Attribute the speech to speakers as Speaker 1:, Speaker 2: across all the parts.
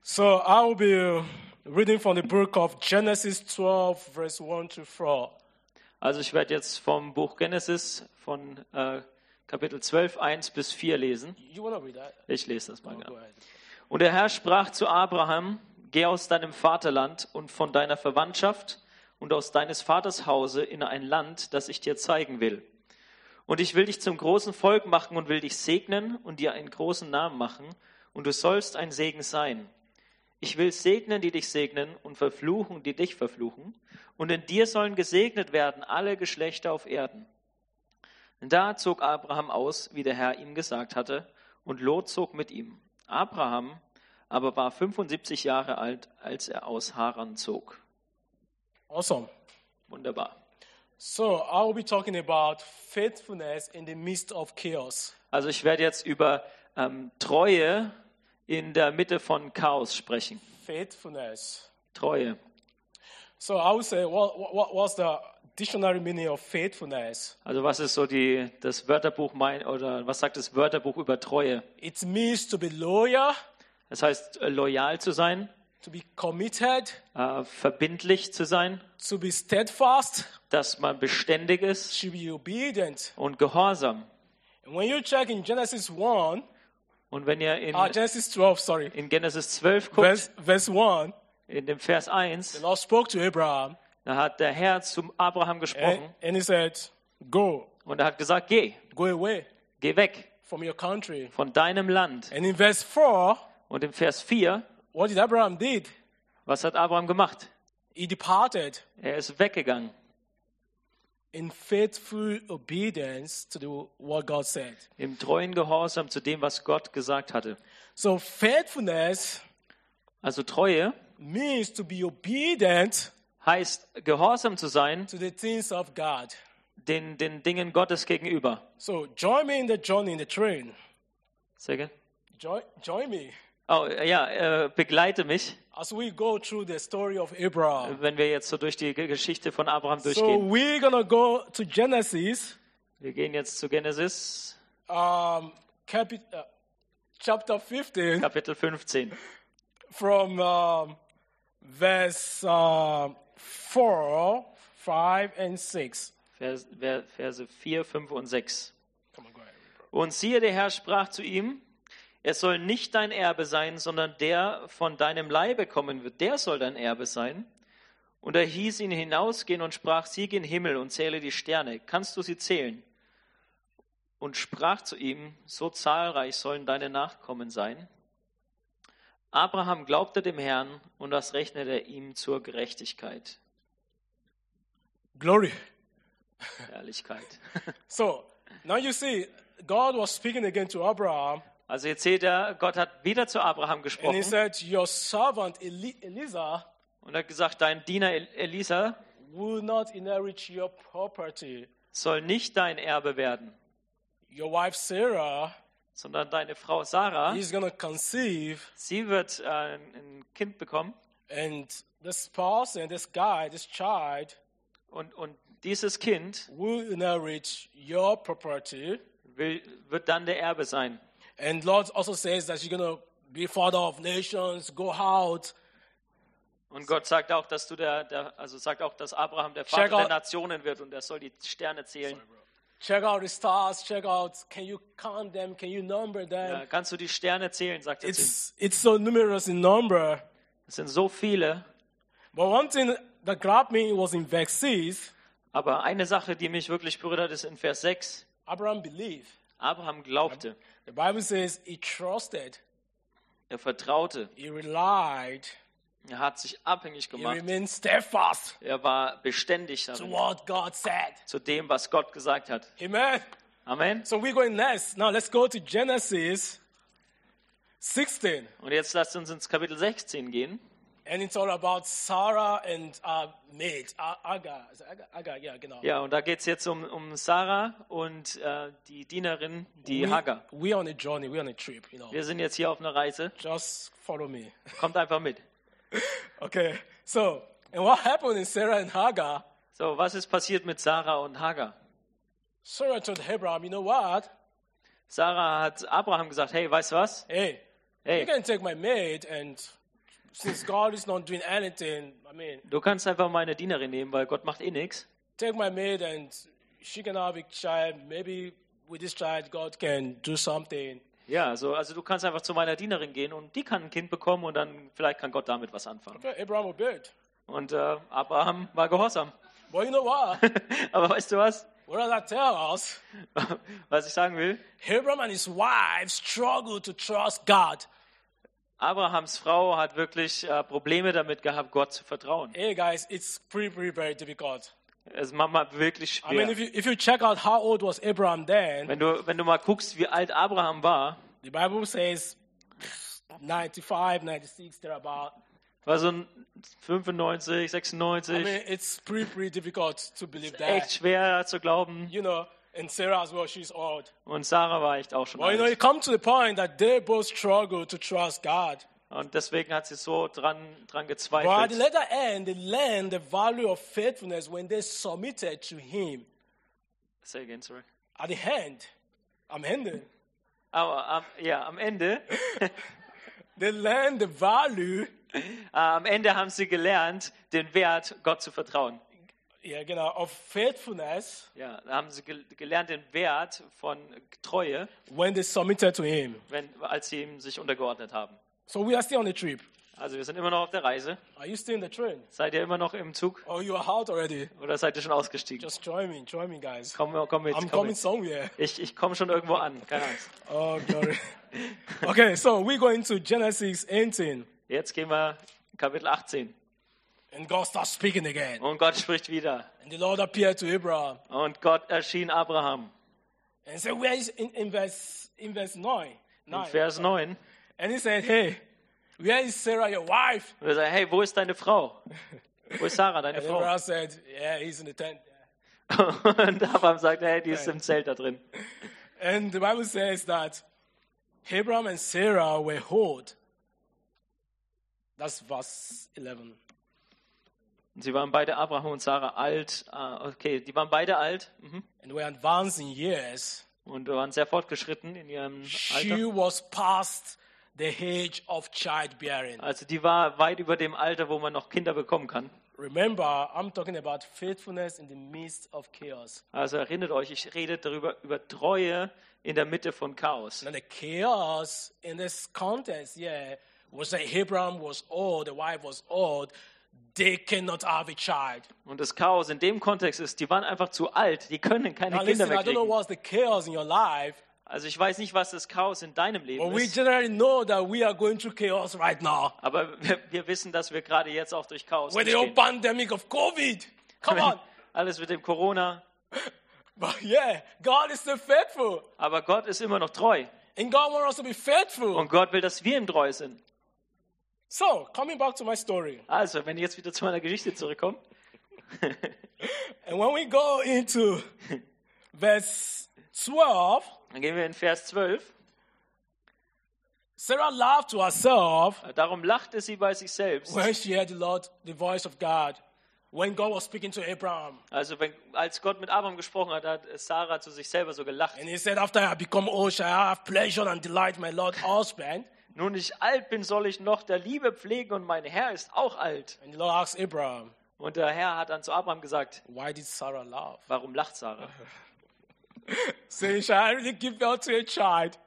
Speaker 1: So I will be reading from the book of Genesis 12, verse 1 to 4.
Speaker 2: Also ich werde jetzt vom Buch Genesis von äh, Kapitel 12, 1 bis 4 lesen.
Speaker 1: You want to read that?
Speaker 2: Ich lese das mal.
Speaker 1: Oh, Go
Speaker 2: genau.
Speaker 1: ahead.
Speaker 2: Und der Herr sprach zu Abraham, Geh aus deinem Vaterland und von deiner Verwandtschaft und aus deines Vaters Hause in ein Land, das ich dir zeigen will. Und ich will dich zum großen Volk machen und will dich segnen und dir einen großen Namen machen, und du sollst ein Segen sein. Ich will segnen, die dich segnen, und verfluchen, die dich verfluchen, und in dir sollen gesegnet werden alle Geschlechter auf Erden. Da zog Abraham aus, wie der Herr ihm gesagt hatte, und Lot zog mit ihm. Abraham aber war 75 Jahre alt, als er aus Haran zog.
Speaker 1: Awesome.
Speaker 2: Wunderbar.
Speaker 1: So I will be talking about faithfulness in the midst of chaos.
Speaker 2: Also ich werde jetzt über ähm, Treue in der Mitte von Chaos sprechen.
Speaker 1: Faithfulness.
Speaker 2: Treue.
Speaker 1: So I would say, what, what, what's the dictionary meaning of faithfulness?
Speaker 2: Also was ist so die, das Wörterbuch mein oder was sagt das Wörterbuch über Treue?
Speaker 1: It means to be loyal,
Speaker 2: Das heißt äh, loyal zu sein,
Speaker 1: to be committed,
Speaker 2: äh, verbindlich zu sein,
Speaker 1: to be steadfast,
Speaker 2: dass man beständig ist
Speaker 1: to be obedient.
Speaker 2: und gehorsam.
Speaker 1: And when you check in Genesis 1,
Speaker 2: Und wenn ihr in,
Speaker 1: uh, Genesis 12, sorry,
Speaker 2: in Genesis 12 guckt,
Speaker 1: verse, verse 1,
Speaker 2: in dem Vers 1,
Speaker 1: the Lord spoke to Abraham
Speaker 2: da hat der Herr zum Abraham
Speaker 1: and,
Speaker 2: gesprochen
Speaker 1: Eh? and he said, Go,
Speaker 2: und er hat gesagt, geh,
Speaker 1: go away
Speaker 2: geh weg
Speaker 1: from your country.
Speaker 2: von deinem Land.
Speaker 1: And in verse 4,
Speaker 2: Und im Vers 4,
Speaker 1: what did Abraham did?
Speaker 2: was hat Abraham gemacht?
Speaker 1: He departed
Speaker 2: Er ist weggegangen
Speaker 1: in faithful obedience to the, what God said.
Speaker 2: im treuen Gehorsam zu dem, was Gott gesagt hatte.
Speaker 1: So faithfulness
Speaker 2: Also Treue
Speaker 1: means to be obedient
Speaker 2: heißt gehorsam zu sein
Speaker 1: to the things of God.
Speaker 2: den, den Dingen Gottes gegenüber.
Speaker 1: So join me in the journey in the train.
Speaker 2: Sehr gerne.
Speaker 1: Join, join me
Speaker 2: Oh äh, ja, äh, begleite mich,
Speaker 1: as we go through the story of Abraham.
Speaker 2: wenn wir jetzt so durch die Ge- Geschichte von Abraham
Speaker 1: So
Speaker 2: durchgehen.
Speaker 1: we're gonna go to Genesis,
Speaker 2: Wir gehen jetzt zu Genesis
Speaker 1: um, capi- uh, chapter 15,
Speaker 2: Kapitel 15
Speaker 1: from um, verse um, 4, 5, and 6.
Speaker 2: Vers, Ver- Verse 4, 5 und 6.
Speaker 1: Come on, go ahead.
Speaker 2: Und siehe, der Herr sprach zu ihm, es soll nicht dein Erbe sein, sondern der von deinem Leibe kommen wird, der soll dein Erbe sein. Und er hieß ihn hinausgehen und sprach, sieh gen Himmel und zähle die Sterne, kannst du sie zählen? Und sprach zu ihm, so zahlreich sollen deine Nachkommen sein. Abraham glaubte dem Herrn und das rechnete er ihm zur Gerechtigkeit,
Speaker 1: Glory.
Speaker 2: Herrlichkeit.
Speaker 1: So now you see, God was speaking again to Abraham,
Speaker 2: Also jetzt seht ihr, Gott hat wieder zu Abraham
Speaker 1: and he
Speaker 2: gesprochen
Speaker 1: said, Your servant Eli- Elisa
Speaker 2: und hat gesagt, dein Diener El- Elisa
Speaker 1: will not inherit your property.
Speaker 2: soll nicht dein Erbe werden,
Speaker 1: Your wife Sarah
Speaker 2: sondern deine Frau Sarah,
Speaker 1: is going to conceive,
Speaker 2: sie wird äh, ein Kind bekommen
Speaker 1: and this person, this guy, this child
Speaker 2: und, und dieses Kind
Speaker 1: will inherit your property.
Speaker 2: will, wird dann der Erbe sein.
Speaker 1: And Lord also says that you're going to be father of nations, go out,
Speaker 2: Und Gott sagt auch, dass du der, der also sagt auch, dass Abraham der Vater
Speaker 1: Check out-
Speaker 2: der Nationen wird und er soll die Sterne zählen.
Speaker 1: check out the stars, check out, can you count them, can you number them?
Speaker 2: Ja, kannst du die Sterne zählen, sagt er zu ihm.
Speaker 1: It's, it's so numerous in number.
Speaker 2: Es sind so viele,
Speaker 1: But one thing that grabbed me was in verse 6,
Speaker 2: aber eine Sache, die mich wirklich berührt hat, ist in Vers 6.
Speaker 1: Abraham believed.
Speaker 2: Abraham glaubte,
Speaker 1: The Bible says he trusted,
Speaker 2: er vertraute,
Speaker 1: he relied,
Speaker 2: er hat sich abhängig
Speaker 1: he
Speaker 2: gemacht,
Speaker 1: remained steadfast
Speaker 2: er war beständig
Speaker 1: to
Speaker 2: darin,
Speaker 1: what God said.
Speaker 2: zu dem, was Gott gesagt hat.
Speaker 1: Amen.
Speaker 2: Amen.
Speaker 1: So we're going next. Now let's go to Genesis 16.
Speaker 2: Und jetzt lasst uns ins Kapitel 16 gehen.
Speaker 1: And it's all about Sarah and uh, maid, uh, Agar. Is it Agar. Agar, yeah, genau.
Speaker 2: Ja, und da geht es jetzt um, um Sarah und äh, die Dienerin, die
Speaker 1: We-
Speaker 2: Hagar.
Speaker 1: We're on a journey, we're on a trip, you know.
Speaker 2: Wir sind jetzt hier auf einer Reise.
Speaker 1: Just follow me.
Speaker 2: Kommt einfach mit.
Speaker 1: Okay, so, and what happened in Sarah and Hagar?
Speaker 2: So, was ist passiert mit Sarah und Hagar?
Speaker 1: Sarah told Abraham, you know what?
Speaker 2: Sarah hat Abraham gesagt, hey, weißt du was?
Speaker 1: Hey, you
Speaker 2: Hey,
Speaker 1: can take my maid and Since God is not doing anything, I mean,
Speaker 2: Du kannst einfach meine Dienerin nehmen, weil Gott macht eh nichts.
Speaker 1: take my maid and she can have a child. Maybe with this child, God can do something.
Speaker 2: Ja, also, also du kannst einfach zu meiner Dienerin gehen und die kann ein Kind bekommen und dann vielleicht kann Gott damit was anfangen.
Speaker 1: Okay, Abraham obeyed.
Speaker 2: Und äh, Abraham war gehorsam.
Speaker 1: But you know what?
Speaker 2: Aber weißt du was?
Speaker 1: what does that tell us?
Speaker 2: Was ich sagen will?
Speaker 1: Abraham and his wife struggled to trust God.
Speaker 2: Abrahams Frau hat wirklich äh, Probleme damit gehabt, Gott zu vertrauen.
Speaker 1: Hey guys, it's pretty, pretty very difficult.
Speaker 2: Es macht mal wirklich
Speaker 1: I mean,
Speaker 2: schwer.
Speaker 1: if you if you check out how old was Abraham then,
Speaker 2: Wenn du, wenn du mal guckst, wie alt Abraham war,
Speaker 1: the Bible says 95, 96, thereabout.
Speaker 2: war so ein 95,
Speaker 1: I
Speaker 2: 96.
Speaker 1: mean, it's pretty, pretty difficult to believe that.
Speaker 2: Echt schwer zu glauben.
Speaker 1: You know, and Sarah as well, she's old.
Speaker 2: Und Sarah war echt auch schon
Speaker 1: But you know,
Speaker 2: alt.
Speaker 1: it comes to the point that they both struggle to trust God.
Speaker 2: Und deswegen hat sie so dran, dran
Speaker 1: But at the
Speaker 2: gezweifelt.
Speaker 1: later end, they learned the value of faithfulness when they submitted to Him.
Speaker 2: Say again, sorry.
Speaker 1: At the end, I'm ending.
Speaker 2: Aber am, ja, am Ende,
Speaker 1: They learned the value.
Speaker 2: äh, am Ende haben sie gelernt, den Wert, Gott zu vertrauen.
Speaker 1: Yeah, you know, of faithfulness
Speaker 2: Ja, da haben sie gel- gelernt, den Wert von Treue,
Speaker 1: when they submitted to Him.
Speaker 2: wenn, als sie ihm sich untergeordnet haben.
Speaker 1: So we are still on the trip.
Speaker 2: Also wir sind immer noch auf der Reise.
Speaker 1: Are you still in the train?
Speaker 2: Seid ihr immer noch im Zug
Speaker 1: Oh, you are out already.
Speaker 2: oder seid ihr schon ausgestiegen?
Speaker 1: Just join me, join me, guys.
Speaker 2: Komm, komm
Speaker 1: I'm
Speaker 2: mit, komm
Speaker 1: coming
Speaker 2: mit.
Speaker 1: somewhere.
Speaker 2: Ich, ich komme schon irgendwo an, keine Angst.
Speaker 1: Oh, glory. okay, so we go into Genesis 18,
Speaker 2: Jetzt gehen wir Kapitel 18.
Speaker 1: and God starts speaking again.
Speaker 2: Und Gott spricht wieder.
Speaker 1: And the Lord appeared to Abraham
Speaker 2: Und Gott erschien Abraham.
Speaker 1: and said, Where is in, in, verse, in verse 9?
Speaker 2: In
Speaker 1: 9.
Speaker 2: Vers 9.
Speaker 1: And he said, Hey, where is Sarah, your wife?
Speaker 2: Und er sagt, hey, wo ist deine Frau? Wo ist Sarah, deine
Speaker 1: And
Speaker 2: Frau?
Speaker 1: Abraham said, Yeah, he's in the tent.
Speaker 2: Und Abraham sagt, hey, die ist im Zelt da drin.
Speaker 1: And the Bible says that Abraham and Sarah were old. That's verse 11.
Speaker 2: Und sie waren beide, Abraham und Sarah, alt. Ah, okay, die waren beide alt. Mhm.
Speaker 1: And were advanced in years.
Speaker 2: Und waren sehr fortgeschritten in ihrem
Speaker 1: She
Speaker 2: Alter.
Speaker 1: was past the age of childbearing.
Speaker 2: Also die war weit über dem Alter, wo man noch Kinder bekommen kann.
Speaker 1: Remember, I'm talking about faithfulness in the midst of chaos.
Speaker 2: Also erinnert euch, ich rede darüber, über Treue in der Mitte von Chaos.
Speaker 1: Now, the chaos in this context, yeah, was that Abraham was old, the wife was old, they cannot have a child.
Speaker 2: Und das Chaos in dem Kontext ist, die waren einfach zu alt, die können keine
Speaker 1: Now, listen,
Speaker 2: Kinder
Speaker 1: I
Speaker 2: mehr
Speaker 1: don't know
Speaker 2: kriegen.
Speaker 1: what's the chaos in your life,
Speaker 2: Also ich weiß nicht, was das Chaos in deinem
Speaker 1: but
Speaker 2: Leben
Speaker 1: we
Speaker 2: ist,
Speaker 1: generally know that we are going through chaos right now.
Speaker 2: aber wir, wir wissen, dass wir gerade jetzt auch durch Chaos
Speaker 1: With the whole
Speaker 2: gehen.
Speaker 1: pandemic of COVID. Come on.
Speaker 2: Alles mit dem Corona.
Speaker 1: But yeah, God is still faithful.
Speaker 2: Aber Gott ist immer noch treu.
Speaker 1: And God wants us to be faithful.
Speaker 2: Und Gott will, dass wir ihm treu sind.
Speaker 1: So, coming back to my story.
Speaker 2: Also, wenn ich jetzt wieder zu meiner Geschichte zurückkomme.
Speaker 1: And when we go into verse 12,
Speaker 2: Dann gehen wir in Vers 12.
Speaker 1: Sarah laughed to herself
Speaker 2: Darum lachte sie bei sich selbst.
Speaker 1: when she heard the Lord, the voice of God, when God was speaking to Abraham.
Speaker 2: Also, wenn, als Gott mit Abraham gesprochen hat, hat Sarah zu sich selber so gelacht.
Speaker 1: And he said, After I become old, shall I have pleasure and delight my Lord husband?
Speaker 2: Nun ich alt bin, soll ich noch der Liebe pflegen und mein Herr ist auch alt.
Speaker 1: And the Lord asked Abraham,
Speaker 2: Und der Herr hat dann zu Abraham gesagt,
Speaker 1: Why did Sarah laugh?
Speaker 2: warum lacht Sarah?
Speaker 1: Saying, Shall I really give birth to a child?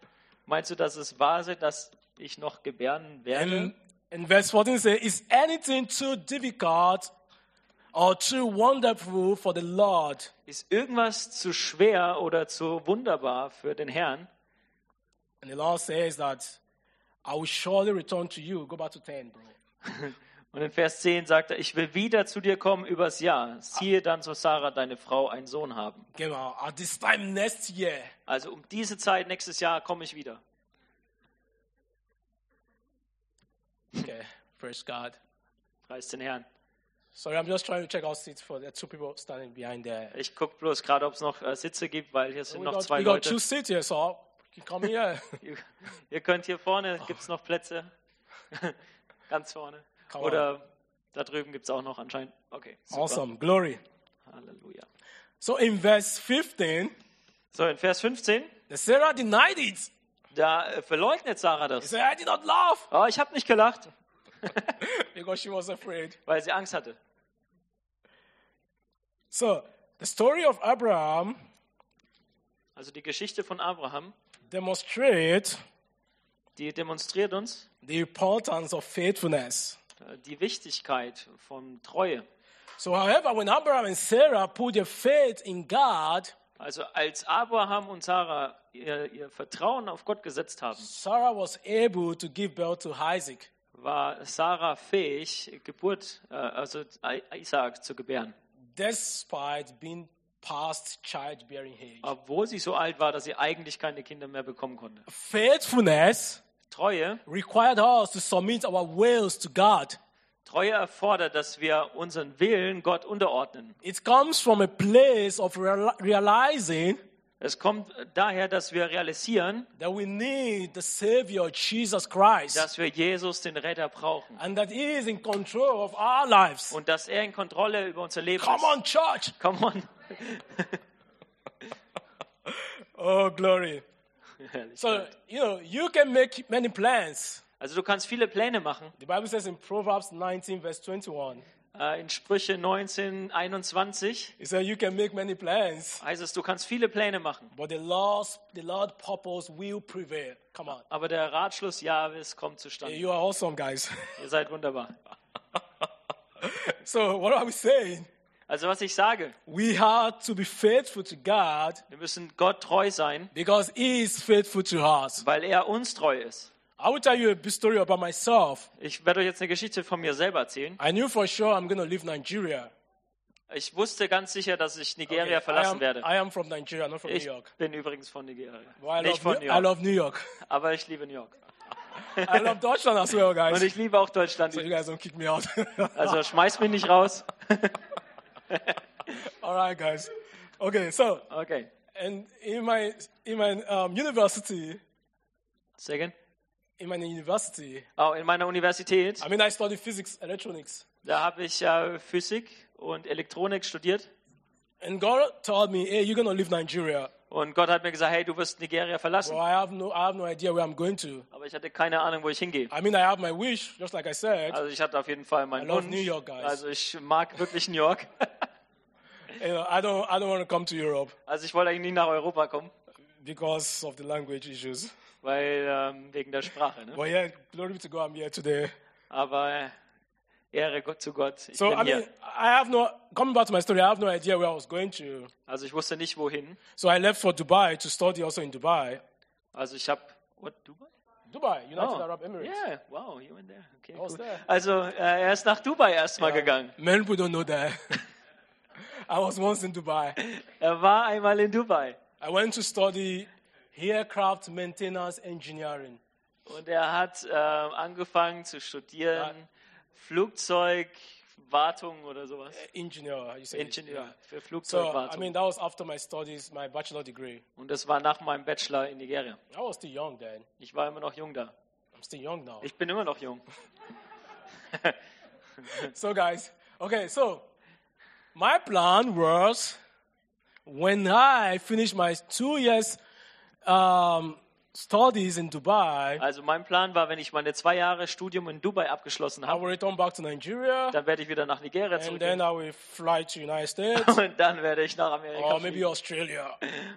Speaker 2: Meinst du, dass es wahr sei, dass ich noch gebären werde?
Speaker 1: And, and verse 14 says, Is anything too difficult or too wonderful for the Lord?
Speaker 2: Ist irgendwas zu schwer oder zu wunderbar für den Herrn?
Speaker 1: And the Lord says that I will surely return to you. Go back to 10, bro.
Speaker 2: Und in Vers 10 sagt er, ich will wieder zu dir kommen übers Jahr. Siehe dann soll Sarah, deine Frau, einen Sohn haben.
Speaker 1: Genau. At this time next year,
Speaker 2: Also um diese Zeit nächstes Jahr komme ich wieder.
Speaker 1: Okay, praise God.
Speaker 2: Preis den Herrn.
Speaker 1: Sorry, I'm just trying to check out seats for the two people standing behind there.
Speaker 2: Ich gucke bloß gerade, ob es noch äh, Sitze gibt, weil hier sind
Speaker 1: We
Speaker 2: noch
Speaker 1: got,
Speaker 2: zwei
Speaker 1: we got
Speaker 2: Leute.
Speaker 1: two seats here, so you can come here.
Speaker 2: Ihr, ihr könnt hier vorne,
Speaker 1: Oh.
Speaker 2: gibt es noch Plätze? Ganz vorne.
Speaker 1: Come on.
Speaker 2: Oder da drüben gibt es auch noch anscheinend. Okay, super.
Speaker 1: awesome, glory.
Speaker 2: Halleluja.
Speaker 1: So in verse 15,
Speaker 2: So, in Vers 15,
Speaker 1: the Sarah denied it.
Speaker 2: da äh, verleugnet Sarah
Speaker 1: She
Speaker 2: das.
Speaker 1: said, I did not laugh.
Speaker 2: Oh, ich habe nicht gelacht.
Speaker 1: because she was afraid.
Speaker 2: weil sie Angst hatte.
Speaker 1: So, the story of Abraham
Speaker 2: Also die Geschichte von Abraham,
Speaker 1: demonstrates
Speaker 2: die demonstriert uns
Speaker 1: the importance of faithfulness.
Speaker 2: äh, die Wichtigkeit von Treue.
Speaker 1: So, however, when Abraham and Sarah put their faith in God,
Speaker 2: Also als Abraham und Sarah ihr, ihr Vertrauen auf Gott gesetzt haben,
Speaker 1: Sarah was able to give birth to Isaac.
Speaker 2: war Sarah fähig, Geburt, äh, also I- Isaak zu gebären,
Speaker 1: despite being past childbearing age.
Speaker 2: obwohl sie so alt war, dass sie eigentlich keine Kinder mehr bekommen konnte.
Speaker 1: Faithfulness
Speaker 2: Treue,
Speaker 1: required us to submit our wills to God.
Speaker 2: Treue erfordert, dass wir unseren Willen Gott unterordnen.
Speaker 1: It comes from a place of real- realizing
Speaker 2: Es kommt daher, dass wir realisieren,
Speaker 1: that we need the Savior, Jesus Christ,
Speaker 2: dass wir Jesus, den Retter, brauchen
Speaker 1: and that He is in control of our lives.
Speaker 2: und dass er in Kontrolle über unser Leben
Speaker 1: Come on, church!
Speaker 2: ist. Come on.
Speaker 1: Oh, glory.
Speaker 2: Herrlich.
Speaker 1: So, you know, you can make many plans.
Speaker 2: Also du kannst viele Pläne machen.
Speaker 1: The Bible says in Proverbs 19, verse 21,
Speaker 2: Äh, In Sprüche 19, 21
Speaker 1: it says you can make many plans,
Speaker 2: heißt es, du kannst viele Pläne machen.
Speaker 1: but the Lord's, the Lord's purpose will prevail. Come on.
Speaker 2: Aber der Ratschluss Jahwes kommt zustande.
Speaker 1: You are awesome, guys.
Speaker 2: Ihr seid wunderbar.
Speaker 1: so, what are we saying?
Speaker 2: Also was ich sage,
Speaker 1: We have to be faithful to God
Speaker 2: wir müssen Gott treu sein,
Speaker 1: because He is faithful to us.
Speaker 2: weil er uns treu ist.
Speaker 1: I will tell you a big story about myself.
Speaker 2: Ich werde euch jetzt eine Geschichte von mir selber erzählen.
Speaker 1: I knew for sure I'm going to leave Nigeria.
Speaker 2: Ich wusste ganz sicher, dass ich
Speaker 1: Okay,
Speaker 2: Nigeria
Speaker 1: I,
Speaker 2: verlassen
Speaker 1: am,
Speaker 2: werde.
Speaker 1: I am from Nigeria, not from
Speaker 2: Ich
Speaker 1: New York.
Speaker 2: bin übrigens von Nigeria.
Speaker 1: Well, I, love
Speaker 2: Nicht von
Speaker 1: New,
Speaker 2: New
Speaker 1: I
Speaker 2: York,
Speaker 1: love New York.
Speaker 2: aber ich liebe New York.
Speaker 1: I love Deutschland as well,
Speaker 2: Und
Speaker 1: guys.
Speaker 2: ich liebe auch Deutschland.
Speaker 1: So you guys don't kick me out.
Speaker 2: Also schmeiß mich nicht raus.
Speaker 1: All right, guys. Okay, so
Speaker 2: Okay.
Speaker 1: and in my in my um, university,
Speaker 2: Say again.
Speaker 1: in my university,
Speaker 2: Oh, in meiner Universität,
Speaker 1: I mean, I studied physics, electronics,
Speaker 2: da habe ich äh, Physik und Elektronik studiert.
Speaker 1: and God told me, "Hey, you're gonna leave Nigeria."
Speaker 2: Und Gott hat mir gesagt, hey, du wirst Nigeria
Speaker 1: So
Speaker 2: verlassen.
Speaker 1: I have no, I have no idea where I'm going to.
Speaker 2: Aber ich hatte keine Ahnung, wo ich hingehe.
Speaker 1: I mean, I have my wish, just like I said.
Speaker 2: Also ich hatte auf jeden Fall
Speaker 1: I
Speaker 2: meinen
Speaker 1: love
Speaker 2: Wunsch.
Speaker 1: New York, guys.
Speaker 2: Also ich mag wirklich New York.
Speaker 1: You know, I don't, I don't want to come to Europe
Speaker 2: Also ich wollte eigentlich nie nach Europa kommen,
Speaker 1: because of the language issues.
Speaker 2: weil ähm, wegen der Sprache. Ne?
Speaker 1: But yeah, glory be to God, I'm here today.
Speaker 2: Aber äh, Ehre Gott zu Gott. Ich
Speaker 1: So
Speaker 2: bin
Speaker 1: I
Speaker 2: hier.
Speaker 1: mean, I have no. Coming back to my story, I have no idea where I was going to.
Speaker 2: also ich wusste nicht wohin.
Speaker 1: So I left for Dubai to study also in Dubai.
Speaker 2: Also ich habe What Dubai? Oh.
Speaker 1: Dubai, United Arab Emirates.
Speaker 2: yeah, wow, you went there. Okay,
Speaker 1: was
Speaker 2: cool.
Speaker 1: there.
Speaker 2: Also äh, er ist nach Dubai erstmal gegangen.
Speaker 1: Many people don't know that. I was once in Dubai.
Speaker 2: Er war einmal in Dubai
Speaker 1: I went to study aircraft maintenance engineering.
Speaker 2: und er hat äh, angefangen zu studieren Flugzeugwartung oder sowas.
Speaker 1: Engineer, you say.
Speaker 2: Ingenieur für
Speaker 1: Äh, So I
Speaker 2: Flugzeugwartung.
Speaker 1: mean, that was after my studies, my bachelor degree.
Speaker 2: und das war nach meinem Bachelor in Nigeria.
Speaker 1: I was still young then.
Speaker 2: Ich war immer noch jung da.
Speaker 1: I'm still young now.
Speaker 2: Ich bin immer noch jung.
Speaker 1: So, guys, okay, so my plan was when I finish my two years um, studies in Dubai,
Speaker 2: Also mein Plan war, wenn ich meine zwei Jahre Studium in Dubai abgeschlossen
Speaker 1: I
Speaker 2: habe,
Speaker 1: will return back to Nigeria
Speaker 2: dann werde ich wieder nach Nigeria
Speaker 1: and
Speaker 2: zurückgehen
Speaker 1: then I will fly to United States
Speaker 2: und dann werde ich nach Amerika
Speaker 1: or Oh, maybe
Speaker 2: fliegen
Speaker 1: Australia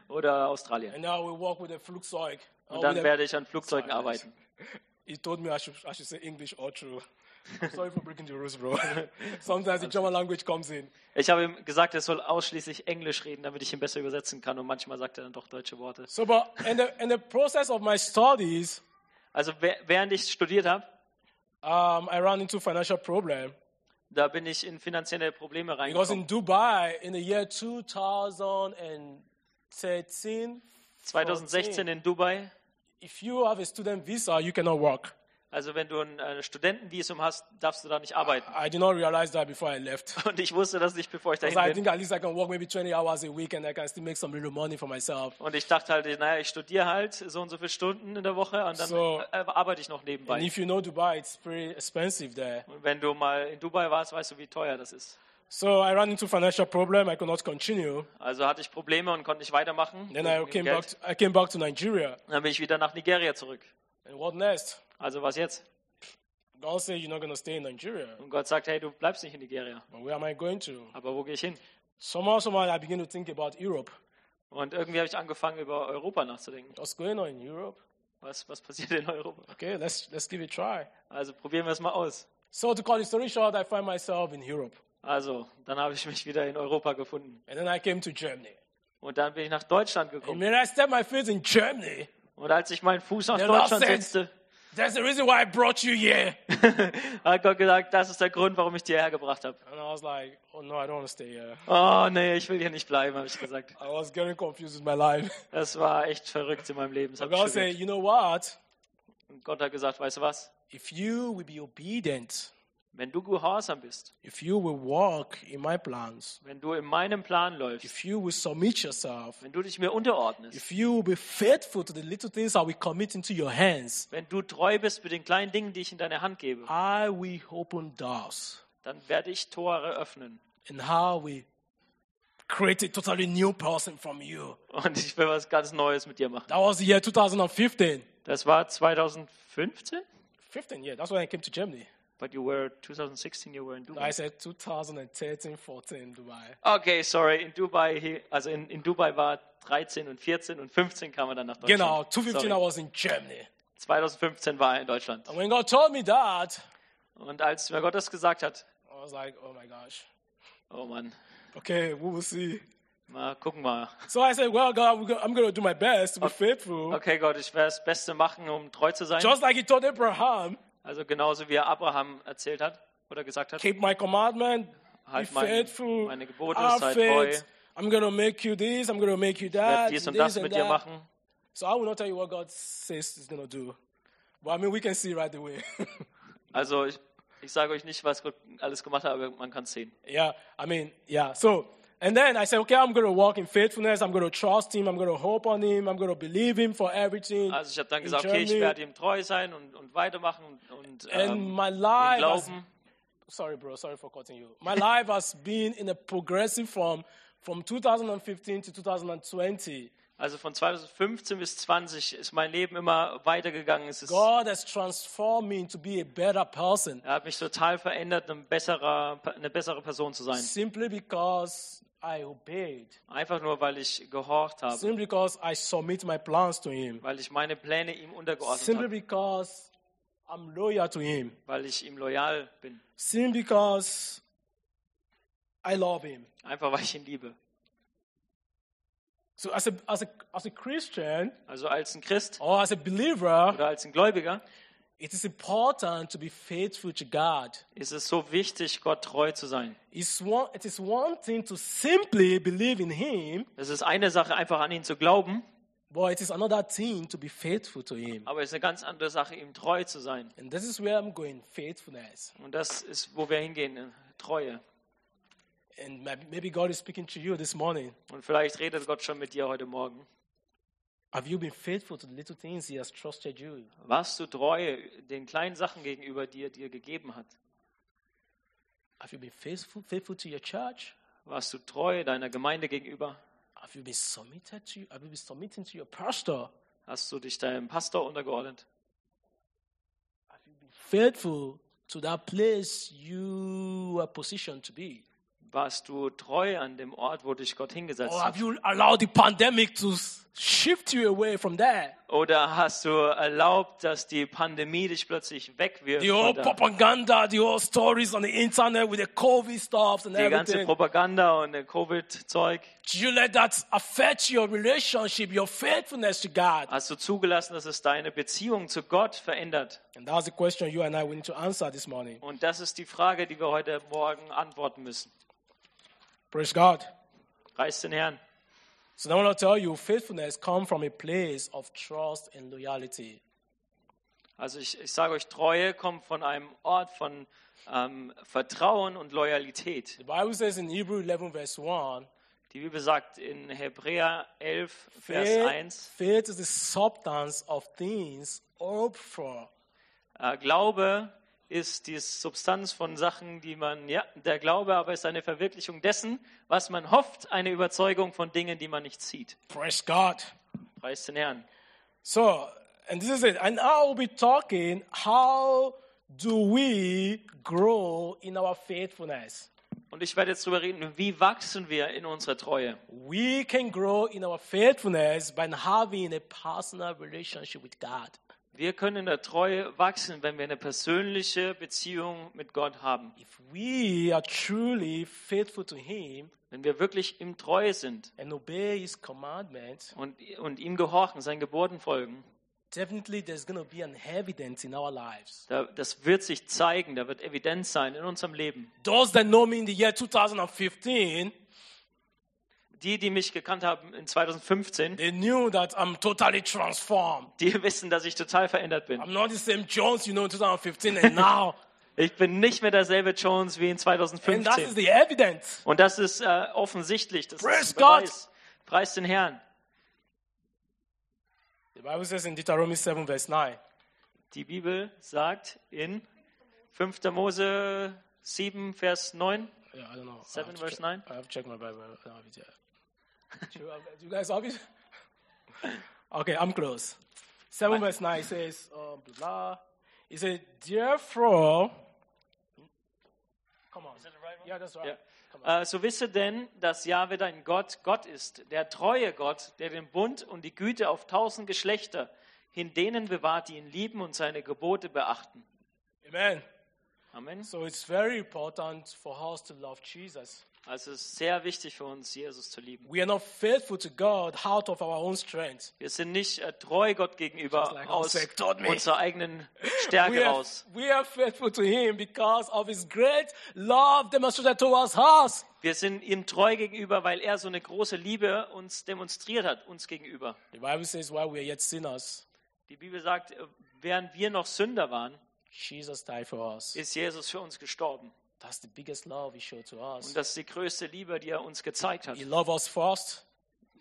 Speaker 2: oder Australien.
Speaker 1: and I will work with a Flugzeug. or
Speaker 2: Und dann
Speaker 1: with a-
Speaker 2: werde ich an Flugzeugen arbeiten.
Speaker 1: He told me I should, I should say English or true. I'm sorry for breaking the rules, bro. Sometimes the German language comes in.
Speaker 2: Ich habe ihm gesagt, er soll ausschließlich Englisch reden, damit ich ihn besser übersetzen kann. Und manchmal sagt er dann doch deutsche Worte.
Speaker 1: So, but in the, in the process of my studies,
Speaker 2: Also wer- während ich studiert habe,
Speaker 1: um, I ran into financial problem.
Speaker 2: da bin ich in finanzielle Probleme
Speaker 1: Because in
Speaker 2: reingekommen.
Speaker 1: Dubai, in the year 2013,
Speaker 2: 2016 in Dubai.
Speaker 1: if you have a student visa, you cannot work.
Speaker 2: Also wenn du ein äh, Studentenvisum hast, darfst du da nicht arbeiten.
Speaker 1: I did not realize that before I left.
Speaker 2: Und ich wusste das nicht, bevor ich
Speaker 1: Because I
Speaker 2: dahin bin.
Speaker 1: think at least I can work maybe 20 hours a week and I can still make some little money for myself.
Speaker 2: Und ich dachte halt, naja, ich studiere halt so und so viele Stunden in der Woche und dann
Speaker 1: So.
Speaker 2: äh, arbeite ich noch
Speaker 1: And
Speaker 2: nebenbei.
Speaker 1: if you know Dubai, it's pretty expensive there.
Speaker 2: Und wenn du mal in Dubai warst, weißt du, wie teuer das ist.
Speaker 1: So I ran into financial problem. I could not continue.
Speaker 2: Also hatte ich Probleme und konnte nicht weitermachen.
Speaker 1: Then I
Speaker 2: wegen
Speaker 1: came,
Speaker 2: Geld.
Speaker 1: back to, I came back to Nigeria.
Speaker 2: dann bin ich wieder nach Nigeria zurück.
Speaker 1: And what next?
Speaker 2: Also was jetzt?
Speaker 1: God said, You're not going to stay in Nigeria.
Speaker 2: Und Gott sagt, hey, du bleibst nicht in Nigeria.
Speaker 1: But where am I going to?
Speaker 2: Aber wo gehe ich hin?
Speaker 1: Somehow, somehow, I begin to think about Europe.
Speaker 2: Und irgendwie habe ich angefangen, über Europa nachzudenken.
Speaker 1: What's going on in Europe?
Speaker 2: Was, was passiert in Europa?
Speaker 1: Okay, let's, let's give it a try.
Speaker 2: Also probieren wir es mal aus.
Speaker 1: So, to cut the story short, I find myself in Europe.
Speaker 2: Also, dann habe ich mich wieder in Europa gefunden.
Speaker 1: And then I came to Germany.
Speaker 2: Und dann bin ich nach Deutschland
Speaker 1: And
Speaker 2: gekommen.
Speaker 1: when I stepped my feet in Germany,
Speaker 2: Und als ich meinen Fuß nach
Speaker 1: Der Lord
Speaker 2: Deutschland
Speaker 1: said-
Speaker 2: setzte,
Speaker 1: that's the reason why I brought you here.
Speaker 2: hat Gott gesagt, das ist der Grund, warum ich dich hierher gebracht habe.
Speaker 1: And I was like, Oh no, I don't want to stay here.
Speaker 2: Oh nee, ich will hier nicht bleiben, habe ich gesagt.
Speaker 1: I was getting confused with my life.
Speaker 2: Das war echt verrückt in meinem Leben. Das
Speaker 1: But
Speaker 2: hab ich
Speaker 1: God
Speaker 2: schon
Speaker 1: said,
Speaker 2: gehört.
Speaker 1: You know what?
Speaker 2: Und Gott hat gesagt, weißt du was?
Speaker 1: If you will be obedient,
Speaker 2: Wenn du gehorsam bist,
Speaker 1: if you will walk in my plans,
Speaker 2: wenn du in meinem Plan läufst,
Speaker 1: if you will submit yourself,
Speaker 2: wenn du dich mir unterordnest,
Speaker 1: if you will be faithful to the little things I will commit into your hands,
Speaker 2: wenn du treu bist mit den kleinen Dingen, die ich in deine Hand gebe,
Speaker 1: I will open doors
Speaker 2: dann werde ich Tore öffnen.
Speaker 1: and how we create a totally new person from you.
Speaker 2: Und ich will was ganz Neues mit dir machen.
Speaker 1: That was the year 2015.
Speaker 2: Das war 2015?
Speaker 1: 15, yeah, that's when I came to Germany.
Speaker 2: But you were 2016, you were in
Speaker 1: I
Speaker 2: Dubai.
Speaker 1: said 2013, 14, Dubai.
Speaker 2: Okay, sorry, in Dubai, he- also in, in Dubai war 13 und 14 und 15 kam er dann nach Deutschland.
Speaker 1: Genau, 2015 I
Speaker 2: Sorry.
Speaker 1: was in Germany.
Speaker 2: 2015 war er in Deutschland.
Speaker 1: And when God told me that,
Speaker 2: Und als mir Gott das gesagt hat,
Speaker 1: I was like, oh my gosh.
Speaker 2: oh Mann,
Speaker 1: Okay, we will see.
Speaker 2: mal gucken mal.
Speaker 1: So I said, well, God, we're go- I'm going to do my best to be faithful.
Speaker 2: Okay, Gott, ich werde das Beste machen, um treu zu sein.
Speaker 1: Just like he told Abraham,
Speaker 2: Also genauso wie er Abraham erzählt hat oder gesagt hat.
Speaker 1: keep my commandment, be
Speaker 2: Halt mein-
Speaker 1: faithful,
Speaker 2: meine Gebote,
Speaker 1: have
Speaker 2: sei
Speaker 1: faith.
Speaker 2: treu.
Speaker 1: I'm going to make you this, I'm going to make you that,
Speaker 2: Werd dies und
Speaker 1: this
Speaker 2: das
Speaker 1: and
Speaker 2: mit dir
Speaker 1: that.
Speaker 2: machen.
Speaker 1: So I will not tell you what God says he's going to do. But I mean, we can see right away.
Speaker 2: Also ich, ich sage euch nicht, was Gott alles gemacht hat, aber man kann es sehen.
Speaker 1: yeah, I mean, yeah. So, and then I said, okay, I'm going to walk in faithfulness. I'm going to trust him. I'm going to hope on him. I'm going to believe him for everything.
Speaker 2: Also ich habe dann
Speaker 1: in
Speaker 2: gesagt, okay, ich
Speaker 1: Germany.
Speaker 2: werde ihm treu sein und, und weitermachen und, und
Speaker 1: And
Speaker 2: ähm,
Speaker 1: my
Speaker 2: ihm
Speaker 1: life has
Speaker 2: glauben.
Speaker 1: sorry, bro. Sorry for cutting you. My life has been in a progressive form from 2015 to 2020.
Speaker 2: Also von 2015 bis 20 ist mein Leben immer weitergegangen. Es ist, er
Speaker 1: God has transformed me to be a better person
Speaker 2: hat mich total verändert, ein besserer, eine bessere Person zu sein.
Speaker 1: simply because I obeyed,
Speaker 2: Einfach nur, weil ich gehorcht habe,
Speaker 1: simply because I submit my plans to Him,
Speaker 2: weil ich meine Pläne ihm untergeordnet
Speaker 1: simply
Speaker 2: habe,
Speaker 1: because I'm loyal to Him,
Speaker 2: weil ich ihm loyal bin,
Speaker 1: simply because I love Him.
Speaker 2: einfach weil ich ihn liebe.
Speaker 1: So, as a, as a, as a Christian
Speaker 2: Also als ein Christ
Speaker 1: or as a believer,
Speaker 2: oder als ein Gläubiger
Speaker 1: it is important to be faithful to God.
Speaker 2: ist es so wichtig, Gott treu zu sein.
Speaker 1: It's one, it is one thing to simply believe in Him,
Speaker 2: Es ist eine Sache, einfach an ihn zu glauben,
Speaker 1: but it is another thing to be faithful to Him.
Speaker 2: aber es ist eine ganz andere Sache, ihm treu zu sein.
Speaker 1: And this is where I'm going faithfulness.
Speaker 2: Und das ist, wo wir hingehen, ne? Treue.
Speaker 1: And ma- maybe God is speaking to you this morning.
Speaker 2: Und vielleicht redet Gott schon mit dir heute Morgen.
Speaker 1: Have you been faithful to the little things He has trusted you?
Speaker 2: Warst du treu den kleinen Sachen gegenüber, die er dir gegeben hat?
Speaker 1: Have you been faithful, faithful to your church?
Speaker 2: Warst du treu deiner Gemeinde gegenüber?
Speaker 1: Have you been submitted to? Have you been submitting to your pastor?
Speaker 2: Hast du dich deinem Pastor untergeordnet?
Speaker 1: Have you been faithful to that place you are positioned to be?
Speaker 2: Warst du treu an dem Ort, wo dich Gott hingesetzt
Speaker 1: Or
Speaker 2: hat?
Speaker 1: have you allowed the pandemic to s- shift you away from there?
Speaker 2: Oder hast du erlaubt, dass die Pandemie dich plötzlich wegwirft?
Speaker 1: The whole
Speaker 2: von da?
Speaker 1: propaganda, the whole stories on the internet with the COVID stuff and
Speaker 2: Die ganze
Speaker 1: everything.
Speaker 2: Propaganda und der Covid-Zeug.
Speaker 1: Did you let that affect your relationship, your faithfulness to God?
Speaker 2: Hast du zugelassen, dass es deine Beziehung zu Gott verändert?
Speaker 1: And that's the question you and I will need to answer this morning.
Speaker 2: Und das ist die Frage, die wir heute Morgen antworten müssen.
Speaker 1: Praise God.
Speaker 2: Preis den Herrn.
Speaker 1: So now I want to tell you, faithfulness comes from a place of trust and loyalty.
Speaker 2: Also ich, ich sage euch, Treue kommt von einem Ort von ähm, Vertrauen und Loyalität.
Speaker 1: The Bible says in Hebrew 11 verse 1,
Speaker 2: Die Bibel sagt in Hebräer 11, Vers
Speaker 1: faith,
Speaker 2: 1,
Speaker 1: faith is the substance of things hoped for.
Speaker 2: äh, Glaube ist die Substanz von Sachen, die man, ja, der Glaube aber ist eine Verwirklichung dessen, was man hofft, eine Überzeugung von Dingen, die man nicht sieht.
Speaker 1: Praise God.
Speaker 2: Preis den Herrn.
Speaker 1: So, and this is it. And I will be talking how do we grow in our faithfulness?
Speaker 2: Und ich werde jetzt darüber reden, wie wachsen wir in unserer Treue.
Speaker 1: We can grow in our faithfulness by having a personal relationship with God.
Speaker 2: Wir können in der Treue wachsen, wenn wir eine persönliche Beziehung mit Gott haben.
Speaker 1: If we are truly faithful to Him
Speaker 2: Wenn wir wirklich ihm treu sind
Speaker 1: and obey His commandments,
Speaker 2: und, und ihm gehorchen, seinen Geboten folgen,
Speaker 1: definitely there's going to be an evidence in our lives.
Speaker 2: da, das wird sich zeigen, da wird Evidenz sein in unserem Leben.
Speaker 1: Those that know me in the year 2015,
Speaker 2: Die, die mich gekannt haben in 2015,
Speaker 1: they knew that I'm totally transformed.
Speaker 2: die wissen, dass ich total verändert bin.
Speaker 1: I'm not the same Jones you know in 2015 and now.
Speaker 2: Ich bin nicht mehr derselbe Jones wie in
Speaker 1: and that is
Speaker 2: 2015.
Speaker 1: the evidence.
Speaker 2: Und das ist äh, offensichtlich. Das
Speaker 1: Praise
Speaker 2: ist ein Beweis. Preis den Herrn.
Speaker 1: The Bible says in Deuteronomy 7, verse 9,
Speaker 2: Die Bibel sagt in 5. Mose 7, Vers 9.
Speaker 1: Yeah, I don't know. I have
Speaker 2: Seven
Speaker 1: to
Speaker 2: verse
Speaker 1: check-
Speaker 2: nine?
Speaker 1: I have to check my Bible. I don't have it yet. Do you, have, do you guys have it? Okay, I'm close. Seven verse nine says, um, blah, blah. It says, therefore, come on. Yeah, that's right.
Speaker 2: Ja.
Speaker 1: Come on.
Speaker 2: Äh, so wisse denn, dass Jahwe dein Gott Gott ist, der treue Gott, der den Bund und die Güte auf tausend Geschlechter hin denen bewahrt, die ihn lieben und seine Gebote beachten.
Speaker 1: Amen.
Speaker 2: Amen.
Speaker 1: So it's very important for us to love Jesus.
Speaker 2: Also es ist sehr wichtig für uns, Jesus zu lieben.
Speaker 1: We are not faithful to God out of our own strength.
Speaker 2: Wir sind nicht äh, treu Gott gegenüber
Speaker 1: Just like
Speaker 2: aus
Speaker 1: Osek taught me.
Speaker 2: unserer eigenen Stärke
Speaker 1: We are,
Speaker 2: raus.
Speaker 1: we are faithful to Him because of His great love demonstrated towards us.
Speaker 2: Wir sind ihm treu gegenüber, weil er so eine große Liebe uns demonstriert hat, uns gegenüber.
Speaker 1: The Bible says, while we are yet sinners,
Speaker 2: Die Bibel sagt, äh, während wir noch Sünder waren,
Speaker 1: Jesus died for us.
Speaker 2: ist Jesus für uns gestorben.
Speaker 1: That's the biggest love He showed to
Speaker 2: Und
Speaker 1: us.
Speaker 2: das ist die größte Liebe, die er uns gezeigt hat.
Speaker 1: He loved us first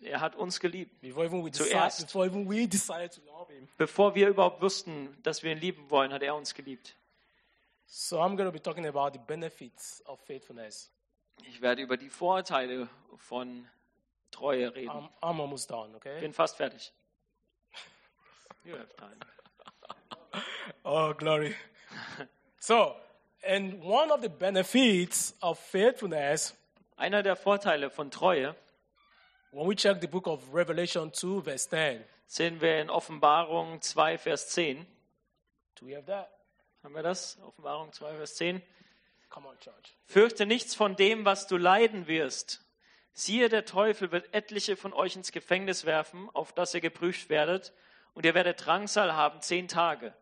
Speaker 2: Er hat uns geliebt,
Speaker 1: before even we decided,
Speaker 2: Zuerst.
Speaker 1: before even we decided to love Him.
Speaker 2: bevor wir überhaupt wussten, dass wir ihn lieben wollen, hat er uns geliebt.
Speaker 1: So I'm going to be talking about the benefits of faithfulness.
Speaker 2: Ich werde über die Vorteile von Treue reden.
Speaker 1: I'm, I'm almost done,
Speaker 2: Ich
Speaker 1: okay?
Speaker 2: bin fast fertig. You have time.
Speaker 1: Oh, glory. so, and one of the benefits of faithfulness,
Speaker 2: Einer der Vorteile von Treue
Speaker 1: when we check the book of Revelation 2, verse 10,
Speaker 2: sehen wir in Offenbarung 2, Vers 10.
Speaker 1: do we have that?
Speaker 2: Haben wir das? Offenbarung 2, Vers 10.
Speaker 1: Come on, church.
Speaker 2: Fürchte nichts von dem, was du leiden wirst. Siehe, der Teufel wird etliche von euch ins Gefängnis werfen, auf das ihr geprüft werdet, und ihr werdet Drangsal haben zehn Tage.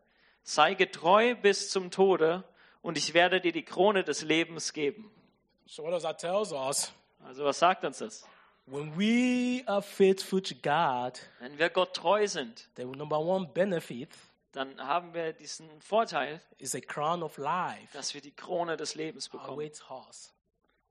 Speaker 2: Sei getreu bis zum Tode, und ich werde dir die Krone des Lebens geben.
Speaker 1: So, what does that tell us?
Speaker 2: Also was sagt uns das?
Speaker 1: When we are faithful to God,
Speaker 2: Wenn wir Gott treu sind,
Speaker 1: the number one benefit
Speaker 2: dann haben wir diesen Vorteil,
Speaker 1: is a crown of life
Speaker 2: dass wir die Krone des Lebens bekommen.
Speaker 1: awaits us.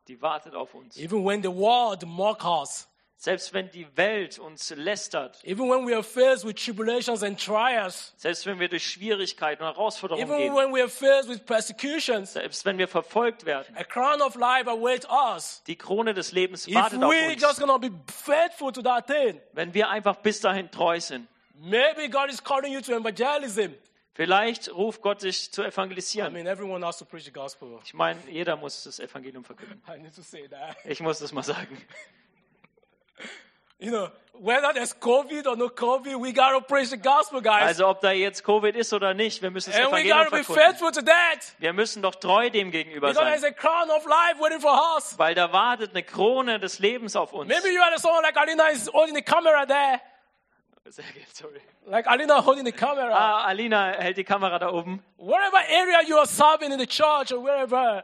Speaker 2: Die wartet auf uns.
Speaker 1: Even when the world mock us,
Speaker 2: Selbst wenn die Welt uns lästert,
Speaker 1: even when we are faced with tribulations and trials,
Speaker 2: selbst wenn wir durch Schwierigkeiten und Herausforderungen
Speaker 1: even
Speaker 2: gehen,
Speaker 1: when we are faced with persecutions,
Speaker 2: selbst wenn wir verfolgt werden,
Speaker 1: a crown of life awaits us.
Speaker 2: Die Krone des Lebens
Speaker 1: If
Speaker 2: wartet auf
Speaker 1: we just
Speaker 2: uns.
Speaker 1: gonna be faithful to that thing,
Speaker 2: Wenn wir einfach bis dahin treu sind.
Speaker 1: maybe God is calling you to evangelism.
Speaker 2: Vielleicht ruft Gott dich zu
Speaker 1: I
Speaker 2: evangelisieren.
Speaker 1: mean, everyone has to preach the gospel.
Speaker 2: Ich meine, jeder muss das Evangelium verkünden.
Speaker 1: I need to say that.
Speaker 2: Ich muss das mal sagen.
Speaker 1: You know, whether there's COVID or no COVID, we gotta preach the gospel, guys.
Speaker 2: Also ob da jetzt Covid ist oder nicht, wir müssen das
Speaker 1: And we
Speaker 2: Evangelium
Speaker 1: gotta be
Speaker 2: verkünden.
Speaker 1: faithful to that.
Speaker 2: Wir müssen doch treu dem gegenüber
Speaker 1: Because there's a
Speaker 2: sein.
Speaker 1: crown of life waiting for us.
Speaker 2: Weil da wartet eine Krone des Lebens auf uns.
Speaker 1: Maybe you are someone like Alina is holding the camera there.
Speaker 2: Sehr gut, sorry.
Speaker 1: Like Alina holding the camera.
Speaker 2: Ah, Alina hält die Kamera da oben.
Speaker 1: whatever area you are serving in the church or wherever,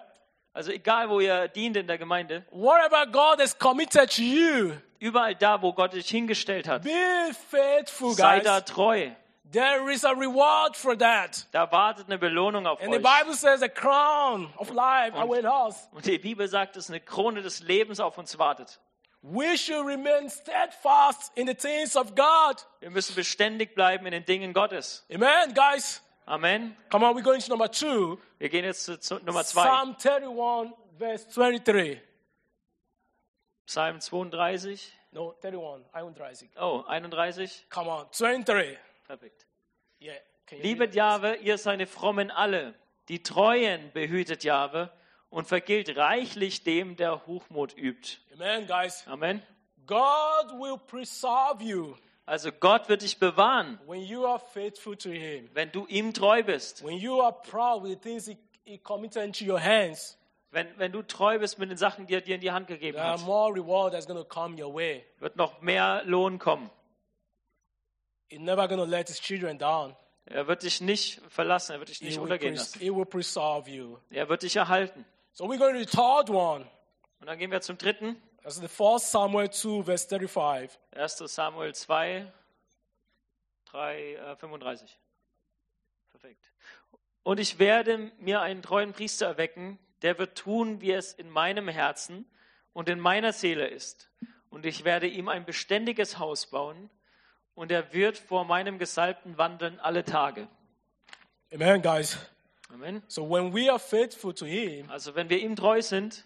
Speaker 2: Also egal, wo ihr dient in der Gemeinde,
Speaker 1: whatever God has committed to you,
Speaker 2: überall da, wo Gott dich hingestellt hat,
Speaker 1: be faithful,
Speaker 2: sei
Speaker 1: guys.
Speaker 2: da treu.
Speaker 1: There is a reward for that.
Speaker 2: Da wartet eine Belohnung auf
Speaker 1: And the
Speaker 2: euch.
Speaker 1: Bible says a crown of life
Speaker 2: Und-
Speaker 1: awaits us.
Speaker 2: Und die Bibel sagt, dass eine Krone des Lebens auf uns wartet.
Speaker 1: We should remain steadfast in the things of God.
Speaker 2: Wir müssen beständig bleiben in den Dingen Gottes.
Speaker 1: Amen, guys.
Speaker 2: Amen.
Speaker 1: Come on, we're going to number two.
Speaker 2: Wir gehen jetzt zu, zu Nummer 2.
Speaker 1: Psalm 31, verse 23.
Speaker 2: Psalm 32.
Speaker 1: No, 31, 31.
Speaker 2: Oh, 31.
Speaker 1: Come on, 23.
Speaker 2: Perfekt.
Speaker 1: Yeah. Can you read
Speaker 2: Liebet
Speaker 1: it?
Speaker 2: Jahwe, ihr seine Frommen alle, Die Treuen behütet Jahwe und vergilt reichlich dem, der Hochmut übt.
Speaker 1: Amen, guys.
Speaker 2: Amen.
Speaker 1: God will preserve you
Speaker 2: Also Gott wird dich bewahren,
Speaker 1: when you are faithful to Him.
Speaker 2: wenn du ihm treu bist.
Speaker 1: When you are proud with the things He, he committed into your hands,
Speaker 2: Wenn, wenn du treu bist mit den Sachen, die er dir in die Hand gegeben
Speaker 1: there are
Speaker 2: hat,
Speaker 1: more reward that's going to come your way.
Speaker 2: wird noch mehr Lohn kommen.
Speaker 1: He's never going to let His children down.
Speaker 2: Er wird dich nicht verlassen, er wird dich
Speaker 1: He
Speaker 2: nicht
Speaker 1: will,
Speaker 2: untergehen
Speaker 1: pres-
Speaker 2: lassen.
Speaker 1: he will preserve you.
Speaker 2: Er wird dich erhalten.
Speaker 1: So we're going to the third one.
Speaker 2: Und dann gehen wir zum dritten,
Speaker 1: That's the first Samuel 2, verse 35.
Speaker 2: 1. Samuel 2, 3, äh, 35. Perfekt. Und ich werde mir einen treuen Priester erwecken, der wird tun, wie es in meinem Herzen und in meiner Seele ist. Und ich werde ihm ein beständiges Haus bauen, und er wird vor meinem Gesalbten wandeln alle Tage.
Speaker 1: Amen, guys.
Speaker 2: Amen.
Speaker 1: So when we are faithful to Him,
Speaker 2: Also wenn wir ihm treu sind,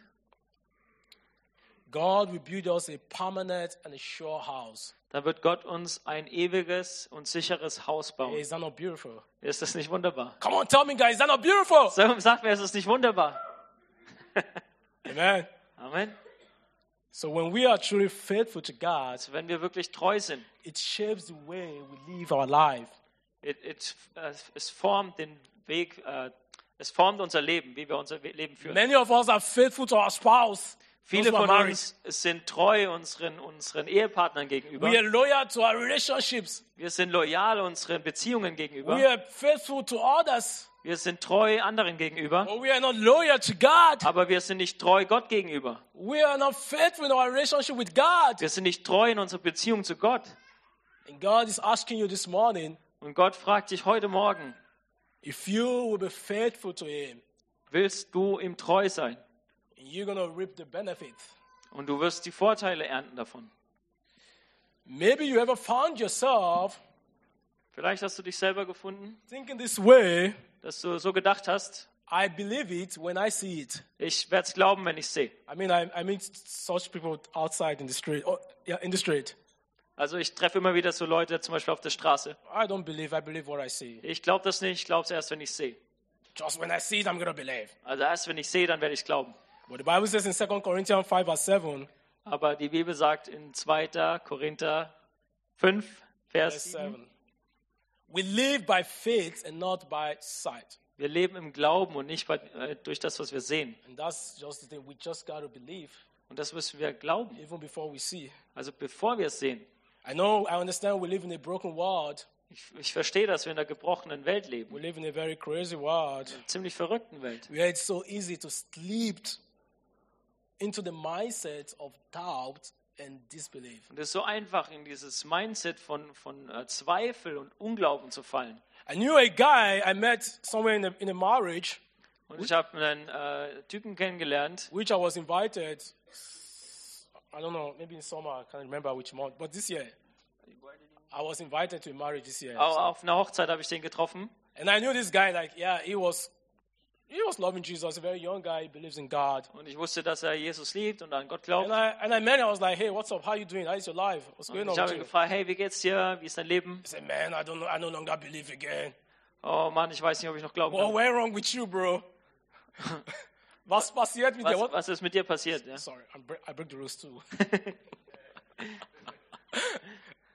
Speaker 1: God will build us a permanent and a sure house.
Speaker 2: dann wird Gott uns ein ewiges und sicheres Haus bauen.
Speaker 1: Is that not beautiful?
Speaker 2: Ist das nicht wunderbar?
Speaker 1: Come on, tell me, guys, is that not beautiful?
Speaker 2: Sag sag mir, ist das nicht wunderbar?
Speaker 1: Amen.
Speaker 2: Amen.
Speaker 1: So when we are truly faithful to God,
Speaker 2: Also wenn wir wirklich treu sind,
Speaker 1: it shapes the way we live our life.
Speaker 2: it, it, äh, es formt den Weg, äh, es formt unser Leben, wie wir unser We- Leben führen.
Speaker 1: Many of us are faithful to our spouse.
Speaker 2: Viele
Speaker 1: those who
Speaker 2: von
Speaker 1: are married.
Speaker 2: uns sind treu unseren, unseren Ehepartnern gegenüber.
Speaker 1: We are loyal to our relationships.
Speaker 2: Wir sind loyal unseren Beziehungen
Speaker 1: We
Speaker 2: gegenüber.
Speaker 1: are faithful to others.
Speaker 2: Wir sind treu anderen gegenüber.
Speaker 1: But we are not loyal to God.
Speaker 2: Aber wir sind nicht treu Gott gegenüber.
Speaker 1: We are not faithful in our relationship with God.
Speaker 2: Wir sind nicht treu in unserer Beziehung zu Gott.
Speaker 1: And God is asking you this morning
Speaker 2: Und Gott fragt dich heute Morgen,
Speaker 1: if you will be faithful to Him,
Speaker 2: willst du ihm treu sein?
Speaker 1: and you're going to reap the benefit.
Speaker 2: Und du wirst die Vorteile ernten davon.
Speaker 1: Maybe you ever found yourself
Speaker 2: Vielleicht hast du dich selber gefunden,
Speaker 1: thinking this way
Speaker 2: dass du so gedacht hast,
Speaker 1: I believe it when I see it.
Speaker 2: ich werde es glauben, wenn ich sehe.
Speaker 1: I mean, I, I meet such people outside in the street. Oh, yeah, in the street.
Speaker 2: Also ich treffe immer wieder so Leute, zum Beispiel auf der Straße.
Speaker 1: I don't believe, I believe what I see.
Speaker 2: Ich glaube das nicht, ich glaube es erst, wenn ich sehe.
Speaker 1: Just when I see it, I'm going to believe.
Speaker 2: Also erst, wenn ich sehe, dann werde ich glauben.
Speaker 1: But the Bible says in 2 Corinthians 5 verse 7,
Speaker 2: Aber die Bibel sagt in 2. Korinther 5,
Speaker 1: verse
Speaker 2: Vers 7,
Speaker 1: 7, we live by faith and not by sight.
Speaker 2: wir leben im Glauben und nicht bei, äh, durch das, was wir sehen.
Speaker 1: And that's just the thing. We just got to believe
Speaker 2: Und das müssen wir glauben,
Speaker 1: even before we see.
Speaker 2: also bevor wir es sehen.
Speaker 1: I know, I understand we live in a broken world.
Speaker 2: Ich, ich verstehe, dass wir in einer gebrochenen Welt leben,
Speaker 1: We live in a very crazy world
Speaker 2: einer ziemlich verrückten Welt.
Speaker 1: where it's so easy to slip into the mindset of doubt and disbelief.
Speaker 2: Und es ist so einfach, in dieses Mindset von, von äh, Zweifel und Unglauben zu fallen.
Speaker 1: I knew a guy I met somewhere in a, in a marriage,
Speaker 2: Und ich habe einen äh, Typen kennengelernt,
Speaker 1: which I was invited. I don't know, maybe in summer, I can't remember which month, but this year. I was invited to a marriage this year.
Speaker 2: au- auf einer Hochzeit habe ich den getroffen.
Speaker 1: And I knew this guy, like, yeah, he was, he was loving Jesus, a very young guy, he believes in God.
Speaker 2: Und ich wusste, dass er Jesus liebt und an Gott
Speaker 1: And
Speaker 2: glaubt.
Speaker 1: I, and I met him, I was like, hey, what's up? How you doing? How's your life? What's
Speaker 2: Und
Speaker 1: going
Speaker 2: ich
Speaker 1: on
Speaker 2: habe
Speaker 1: with
Speaker 2: ihn
Speaker 1: you?
Speaker 2: gefragt, hey, wie geht's dir? Wie ist dein Leben?
Speaker 1: He said, man, I don't know, I no longer believe again.
Speaker 2: Oh Mann, ich weiß nicht, ob ich noch glauben
Speaker 1: What
Speaker 2: kann.
Speaker 1: went wrong with you, bro? Was passiert mit dir?
Speaker 2: Was,
Speaker 1: What?
Speaker 2: was ist mit dir passiert? Ja?
Speaker 1: Sorry, I'm bre- I break the rules too.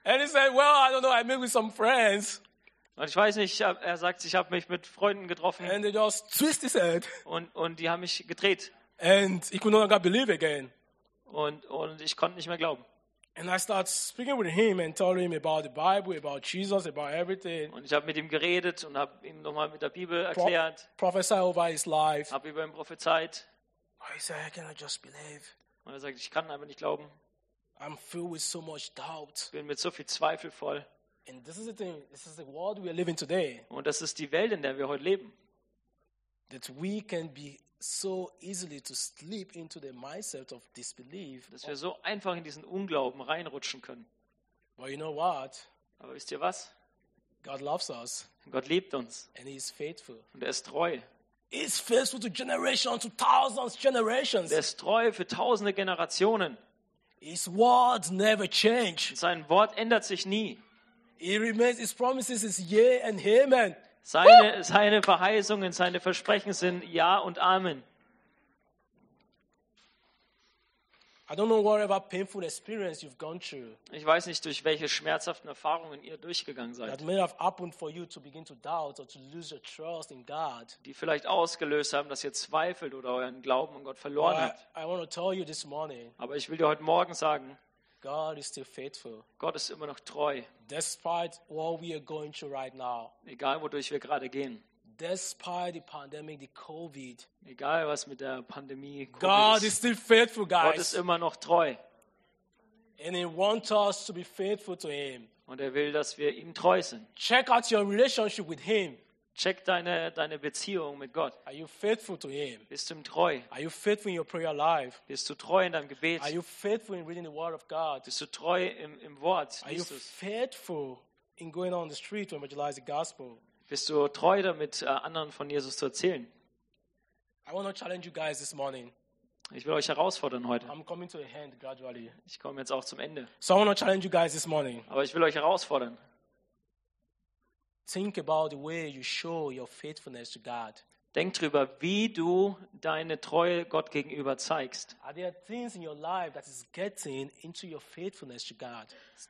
Speaker 1: and he said, well, I don't know, I met with some friends.
Speaker 2: Und ich weiß nicht, ich hab, er sagt, ich habe mich mit Freunden getroffen
Speaker 1: And they just twist his head.
Speaker 2: und, und die haben mich gedreht.
Speaker 1: And he could no longer believe again.
Speaker 2: Und, und ich konnte nicht mehr glauben.
Speaker 1: And I start speaking with him and telling him about the Bible, about Jesus, about everything.
Speaker 2: Und ich habe mit ihm geredet und habe ihm nochmal mit der Bibel erklärt,
Speaker 1: prophesy over his life.
Speaker 2: habe über ihn prophezeit.
Speaker 1: I said, I cannot just believe.
Speaker 2: Und er sagt, ich kann einfach nicht glauben.
Speaker 1: I'm filled with so much doubt.
Speaker 2: Ich bin mit so viel Zweifel voll.
Speaker 1: And this is the thing, this is the world we are living today,
Speaker 2: Und das ist die Welt, in der wir heute leben.
Speaker 1: that we can be so easily to slip into the mindset of disbelief.
Speaker 2: Dass wir so einfach in diesen Unglauben reinrutschen können.
Speaker 1: But you know what?
Speaker 2: Aber wisst ihr was?
Speaker 1: God loves us
Speaker 2: Gott liebt uns
Speaker 1: and He is faithful.
Speaker 2: und er ist treu.
Speaker 1: He's faithful to generations, to thousands generations.
Speaker 2: Er ist treu für tausende Generationen.
Speaker 1: His words never change.
Speaker 2: Sein Wort ändert sich nie.
Speaker 1: He remains, His promises is yea and amen.
Speaker 2: Seine, seine Verheißungen, seine Versprechen sind Ja und Amen.
Speaker 1: I don't know whatever painful experience you've gone through
Speaker 2: Ich weiß nicht, durch welche schmerzhaften Erfahrungen ihr durchgegangen seid,
Speaker 1: that may have happened for you to begin to doubt or to lose your trust in God.
Speaker 2: die vielleicht ausgelöst haben, dass ihr zweifelt oder euren Glauben an Gott verloren
Speaker 1: But
Speaker 2: habt.
Speaker 1: I want to tell you this morning,
Speaker 2: Aber ich will dir heute Morgen sagen,
Speaker 1: God is still faithful.
Speaker 2: Gott ist immer noch treu,
Speaker 1: Despite what we are going through right now,
Speaker 2: egal wodurch wir gerade gehen,
Speaker 1: despite the pandemic, the COVID,
Speaker 2: egal was mit der Pandemie
Speaker 1: God
Speaker 2: Covid
Speaker 1: is
Speaker 2: ist.
Speaker 1: still faithful,
Speaker 2: Gott ist
Speaker 1: guys.
Speaker 2: immer noch treu
Speaker 1: And He wants us to be faithful to Him.
Speaker 2: und er will, dass wir ihm treu sind.
Speaker 1: Check out your relationship with Him.
Speaker 2: Check deine, deine Beziehung mit Gott.
Speaker 1: Are you faithful to Him?
Speaker 2: Bist du ihm treu?
Speaker 1: Are you faithful in your prayer life?
Speaker 2: Bist du treu in deinem Gebet?
Speaker 1: Are you faithful in reading the Word of God?
Speaker 2: Bist du treu im, im Wort?
Speaker 1: Are you
Speaker 2: Liest du's?
Speaker 1: faithful in going on the street to evangelize the gospel?
Speaker 2: Bist du treu damit, äh, anderen von Jesus zu erzählen?
Speaker 1: I want to challenge you guys this morning.
Speaker 2: Ich will euch herausfordern heute.
Speaker 1: I'm coming to a end gradually.
Speaker 2: Ich komme jetzt auch zum Ende.
Speaker 1: So I want to challenge you guys this morning.
Speaker 2: Aber ich will euch herausfordern.
Speaker 1: Think about the way you show your faithfulness to God.
Speaker 2: Denk drüber, wie du deine Treue Gott gegenüber zeigst.
Speaker 1: Are there things in your life that is getting into your faithfulness to God?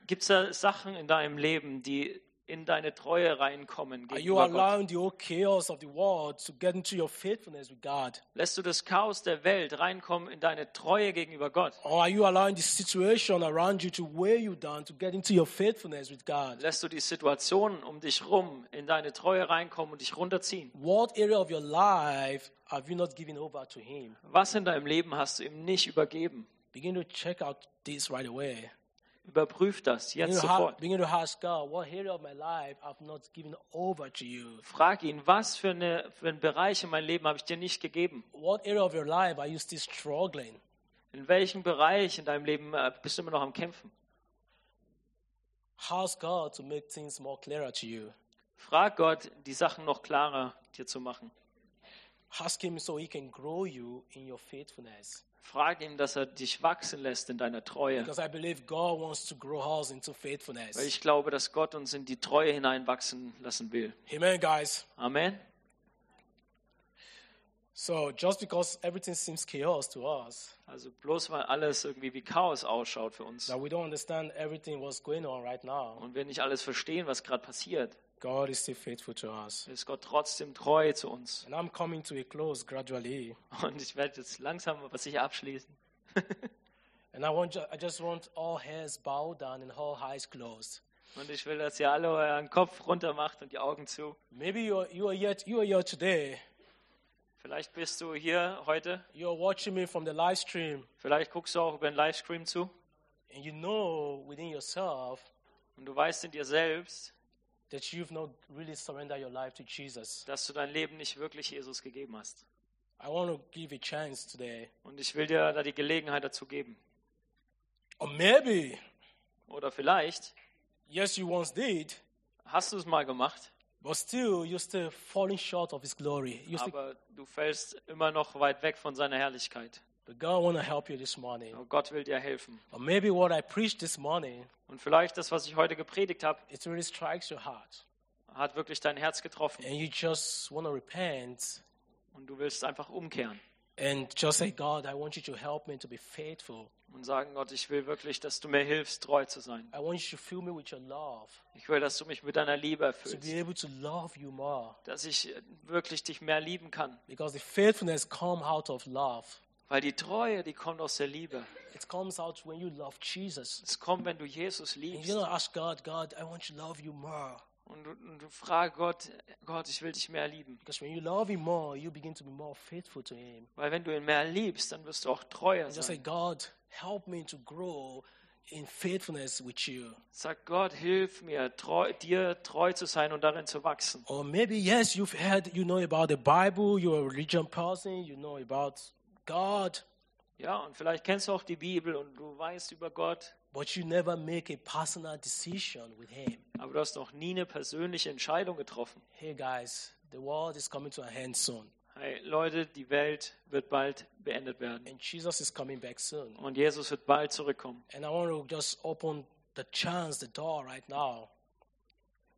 Speaker 2: Gibt es da Sachen in deinem Leben, die in deine Treue reinkommen
Speaker 1: Are you
Speaker 2: gegenüber Gott?
Speaker 1: allowing the old chaos of the world to get into your faithfulness with God?
Speaker 2: Lässt du das Chaos der Welt reinkommen in deine Treue gegenüber Gott?
Speaker 1: Or are you allowing the situation around you to weigh you down to get into your faithfulness with God?
Speaker 2: Lässt du die Situationen um dich rum in deine Treue reinkommen und dich runterziehen?
Speaker 1: What area of your life have you not given over to Him?
Speaker 2: Was in deinem Leben hast du ihm nicht übergeben?
Speaker 1: Begin to check out this right away.
Speaker 2: Überprüf das
Speaker 1: Begin
Speaker 2: jetzt
Speaker 1: to, ha-
Speaker 2: sofort.
Speaker 1: begin to ask God, what area of my life I've not given over to you?
Speaker 2: Frag ihn, was für, eine, für einen Bereich in meinem Leben habe ich dir nicht gegeben?
Speaker 1: What area of your life are you still struggling?
Speaker 2: In welchem Bereich in deinem Leben äh, bist du immer noch am Kämpfen?
Speaker 1: Ask God to make things more clearer to you.
Speaker 2: Frag Gott, die Sachen noch klarer dir zu machen.
Speaker 1: Ask Him so He can grow you in your faithfulness.
Speaker 2: Frag ihn, dass er dich wachsen lässt in deiner Treue.
Speaker 1: Because I believe God wants to grow us into faithfulness.
Speaker 2: Weil ich glaube, dass Gott uns in die Treue hineinwachsen lassen will.
Speaker 1: Amen, guys.
Speaker 2: Amen.
Speaker 1: So just because everything seems chaos to us,
Speaker 2: Also bloß weil alles irgendwie wie Chaos ausschaut für uns
Speaker 1: that we don't understand everything what's going on right now,
Speaker 2: und wir nicht alles verstehen, was gerade passiert,
Speaker 1: God is still faithful to us.
Speaker 2: ist Gott trotzdem treu zu uns.
Speaker 1: And I'm coming to a close gradually.
Speaker 2: Und ich werde jetzt langsam aber sicher abschließen.
Speaker 1: And I want ju- I just want all heads bowed down and all eyes closed.
Speaker 2: Und ich will, dass ihr alle euren Kopf runter macht und die Augen zu.
Speaker 1: Maybe you are, you are yet you are here today.
Speaker 2: Vielleicht bist du hier heute,
Speaker 1: You are watching me from the live stream,
Speaker 2: vielleicht guckst du auch über den Livestream zu
Speaker 1: and you know within yourself
Speaker 2: und du weißt in dir selbst,
Speaker 1: that you've not really surrendered your life to Jesus.
Speaker 2: dass du dein Leben nicht wirklich Jesus gegeben hast.
Speaker 1: I want to give a chance today.
Speaker 2: Und ich will dir da die Gelegenheit dazu geben.
Speaker 1: Or maybe,
Speaker 2: Oder vielleicht
Speaker 1: yes, you once did,
Speaker 2: hast du es mal gemacht,
Speaker 1: but still you're still falling short of His glory. You're still,
Speaker 2: aber du fällst immer noch weit weg von seiner Herrlichkeit.
Speaker 1: but God want to help you this morning.
Speaker 2: Aber Gott will dir helfen.
Speaker 1: Or maybe what I preached this morning,
Speaker 2: Und vielleicht das, was ich heute gepredigt habe,
Speaker 1: it really strikes your heart,
Speaker 2: hat wirklich dein Herz getroffen
Speaker 1: and you just want to repent
Speaker 2: und du willst einfach umkehren
Speaker 1: and just say, God, I want you to help me to be faithful.
Speaker 2: und sagen, Gott, ich will wirklich, dass du mir hilfst, treu zu sein.
Speaker 1: I want you to fill me with your love,
Speaker 2: Ich will, dass du mich mit deiner Liebe
Speaker 1: to be
Speaker 2: erfüllst,
Speaker 1: able to love you more.
Speaker 2: dass ich äh, wirklich dich mehr lieben kann,
Speaker 1: Because the faithfulness comes out of love.
Speaker 2: weil die Treue, die kommt aus der Liebe.
Speaker 1: It comes out when you love Jesus.
Speaker 2: Es kommt, wenn du Jesus
Speaker 1: And
Speaker 2: liebst
Speaker 1: you don't ask God, God, I want you to love you more.
Speaker 2: und, du- und du fragst Gott, Gott, ich will dich mehr lieben.
Speaker 1: Because when you love Him more, you begin to be more faithful to Him.
Speaker 2: Weil wenn du ihn mehr liebst, dann wirst du auch treuer
Speaker 1: Just say,
Speaker 2: sein.
Speaker 1: God, help me to grow in faithfulness with you.
Speaker 2: Sag Gott, hilf mir, treu, dir treu zu sein und darin zu wachsen.
Speaker 1: Or maybe, yes, you've heard, you know about the Bible, you're a religion person, you know about God,
Speaker 2: Ja, und vielleicht kennst du auch die Bibel und du weißt über Gott,
Speaker 1: but you never make a personal decision with Him.
Speaker 2: aber du hast noch nie eine persönliche Entscheidung getroffen.
Speaker 1: Hey guys, the world is coming to an end soon,
Speaker 2: Hey Leute, die Welt wird bald beendet werden.
Speaker 1: and Jesus is coming back soon.
Speaker 2: Und Jesus wird bald zurückkommen.
Speaker 1: And I want to just open the chance, the door right now.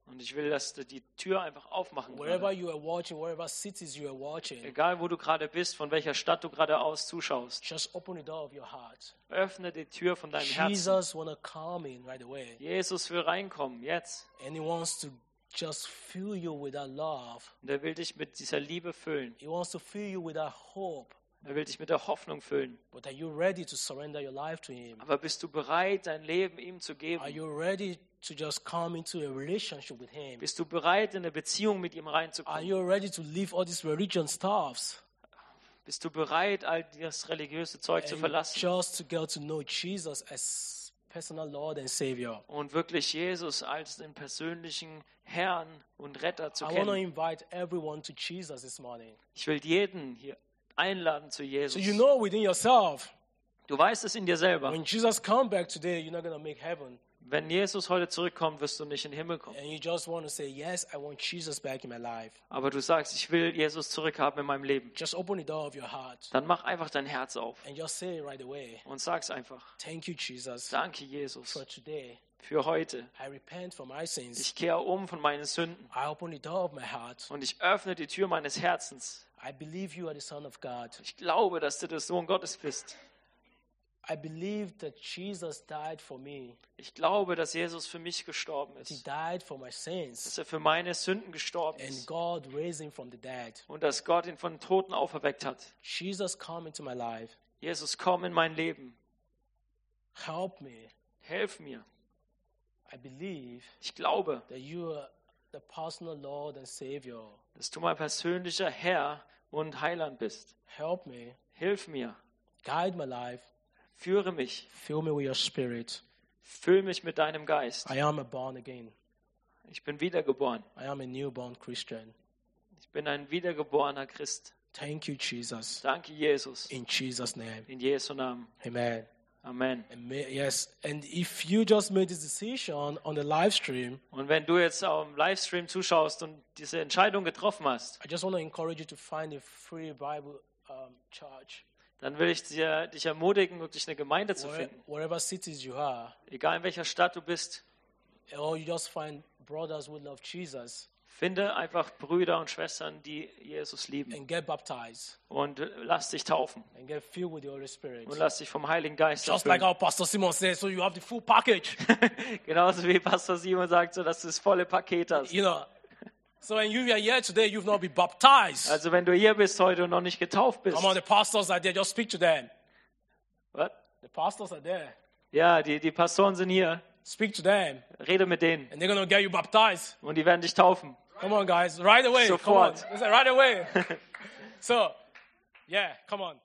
Speaker 2: Und ich will, dass du die Tür einfach aufmachen
Speaker 1: Wherever
Speaker 2: kannst.
Speaker 1: you are watching, wherever cities you are watching,
Speaker 2: Egal, wo du gerade bist, von welcher Stadt du gerade aus zuschaust.
Speaker 1: just open the door of your heart.
Speaker 2: Öffne die Tür von deinem Herzen.
Speaker 1: Jesus want to come in right away.
Speaker 2: Jesus will reinkommen, jetzt.
Speaker 1: And he wants to just fill you with that love.
Speaker 2: Und er will dich mit dieser Liebe füllen.
Speaker 1: He wants to fill you with that hope.
Speaker 2: Er will dich mit der Hoffnung füllen.
Speaker 1: But are you ready to surrender your life to him?
Speaker 2: Aber bist du bereit, dein Leben ihm zu
Speaker 1: Are
Speaker 2: geben?
Speaker 1: you ready to just come into a relationship with him?
Speaker 2: Bist du bereit, in eine Beziehung mit ihm
Speaker 1: Are
Speaker 2: reinzukommen?
Speaker 1: you ready to leave all these religion stuffs
Speaker 2: Bist du bereit, all das religiöse Zeug zu
Speaker 1: and
Speaker 2: verlassen
Speaker 1: just to get to know Jesus as personal Lord and Savior?
Speaker 2: und wirklich Jesus als den persönlichen Herrn und Retter zu
Speaker 1: I want to
Speaker 2: kennen?
Speaker 1: invite everyone to Jesus this morning.
Speaker 2: Ich will jeden hier einladen zu
Speaker 1: So you
Speaker 2: Jesus.
Speaker 1: know within yourself,
Speaker 2: Du weißt es in dir selber.
Speaker 1: when Jesus come back today, you're not going to make heaven.
Speaker 2: Wenn Jesus heute zurückkommt, wirst du nicht in den Himmel kommen.
Speaker 1: And you just want to say, yes, I want Jesus back in my life.
Speaker 2: Aber du sagst, ich will Jesus zurückhaben in meinem Leben.
Speaker 1: Just open the door of your heart
Speaker 2: Dann mach einfach dein Herz auf
Speaker 1: and just say right away,
Speaker 2: und sag's einfach.
Speaker 1: thank you, Jesus,
Speaker 2: Danke,
Speaker 1: for
Speaker 2: Jesus,
Speaker 1: today.
Speaker 2: für heute.
Speaker 1: I repent for my sins.
Speaker 2: Ich kehre um von meinen Sünden
Speaker 1: I open the door of my heart.
Speaker 2: und ich öffne die Tür meines Herzens.
Speaker 1: I believe you are the Son of God.
Speaker 2: Ich glaube, dass du der Sohn Gottes bist.
Speaker 1: I believe that Jesus died for me.
Speaker 2: Ich glaube, dass Jesus für mich gestorben
Speaker 1: He
Speaker 2: ist,
Speaker 1: died for my
Speaker 2: dass
Speaker 1: sins.
Speaker 2: er für meine Sünden gestorben
Speaker 1: And
Speaker 2: ist
Speaker 1: God raised him from the dead.
Speaker 2: und dass Gott ihn von den Toten auferweckt hat.
Speaker 1: Jesus, come into my life.
Speaker 2: Jesus, komm in mein Leben,
Speaker 1: Help me.
Speaker 2: hilf mir.
Speaker 1: I believe
Speaker 2: Ich glaube,
Speaker 1: that you are the personal Lord and Savior.
Speaker 2: dass du mein persönlicher Herr und Heiland bist.
Speaker 1: Help me.
Speaker 2: Hilf mir,
Speaker 1: Guide my life.
Speaker 2: führe mich,
Speaker 1: Fill me with your spirit.
Speaker 2: füll mich mit deinem Geist.
Speaker 1: I am a born again.
Speaker 2: Ich bin wiedergeboren.
Speaker 1: I am a newborn Christian.
Speaker 2: Ich bin ein wiedergeborener Christ.
Speaker 1: Thank you, Jesus.
Speaker 2: Danke, Jesus.
Speaker 1: In Jesus' name.
Speaker 2: In Jesu Namen.
Speaker 1: Amen.
Speaker 2: Amen.
Speaker 1: And may, yes, and if you just made this decision on the live stream,
Speaker 2: Und wenn du jetzt am Livestream zuschaust und diese Entscheidung getroffen hast,
Speaker 1: I just want to encourage you to find a free Bible um, church
Speaker 2: dann will ich dir, dich ermutigen, wirklich eine Gemeinde zu
Speaker 1: where,
Speaker 2: finden.
Speaker 1: wherever cities you are,
Speaker 2: Egal in welcher Stadt du bist,
Speaker 1: or you just find brothers who love Jesus
Speaker 2: finde einfach Brüder und Schwestern, die Jesus lieben.
Speaker 1: and get baptized
Speaker 2: Und lass dich taufen.
Speaker 1: and get filled with the Holy Spirit.
Speaker 2: Und lass dich vom Heiligen Geist
Speaker 1: Just like
Speaker 2: erfüllen.
Speaker 1: our Pastor Simon says, so you have the full package,
Speaker 2: Genauso wie Pastor Simon sagt, so dass du das volle Paket hast.
Speaker 1: you know. So when you are here today, you've not been baptized.
Speaker 2: Also wenn du hier bist heute und noch nicht getauft bist.
Speaker 1: Come on, the pastors are there. Just speak to them.
Speaker 2: Was?
Speaker 1: The pastors are there.
Speaker 2: Ja, die, die Pastoren sind hier.
Speaker 1: Speak to them,
Speaker 2: Rede mit denen.
Speaker 1: and they're gonna get you baptized.
Speaker 2: Und die werden dich taufen.
Speaker 1: Come on, guys, right away. Come on,
Speaker 2: Sofort.
Speaker 1: They say, right away. so, yeah, come on.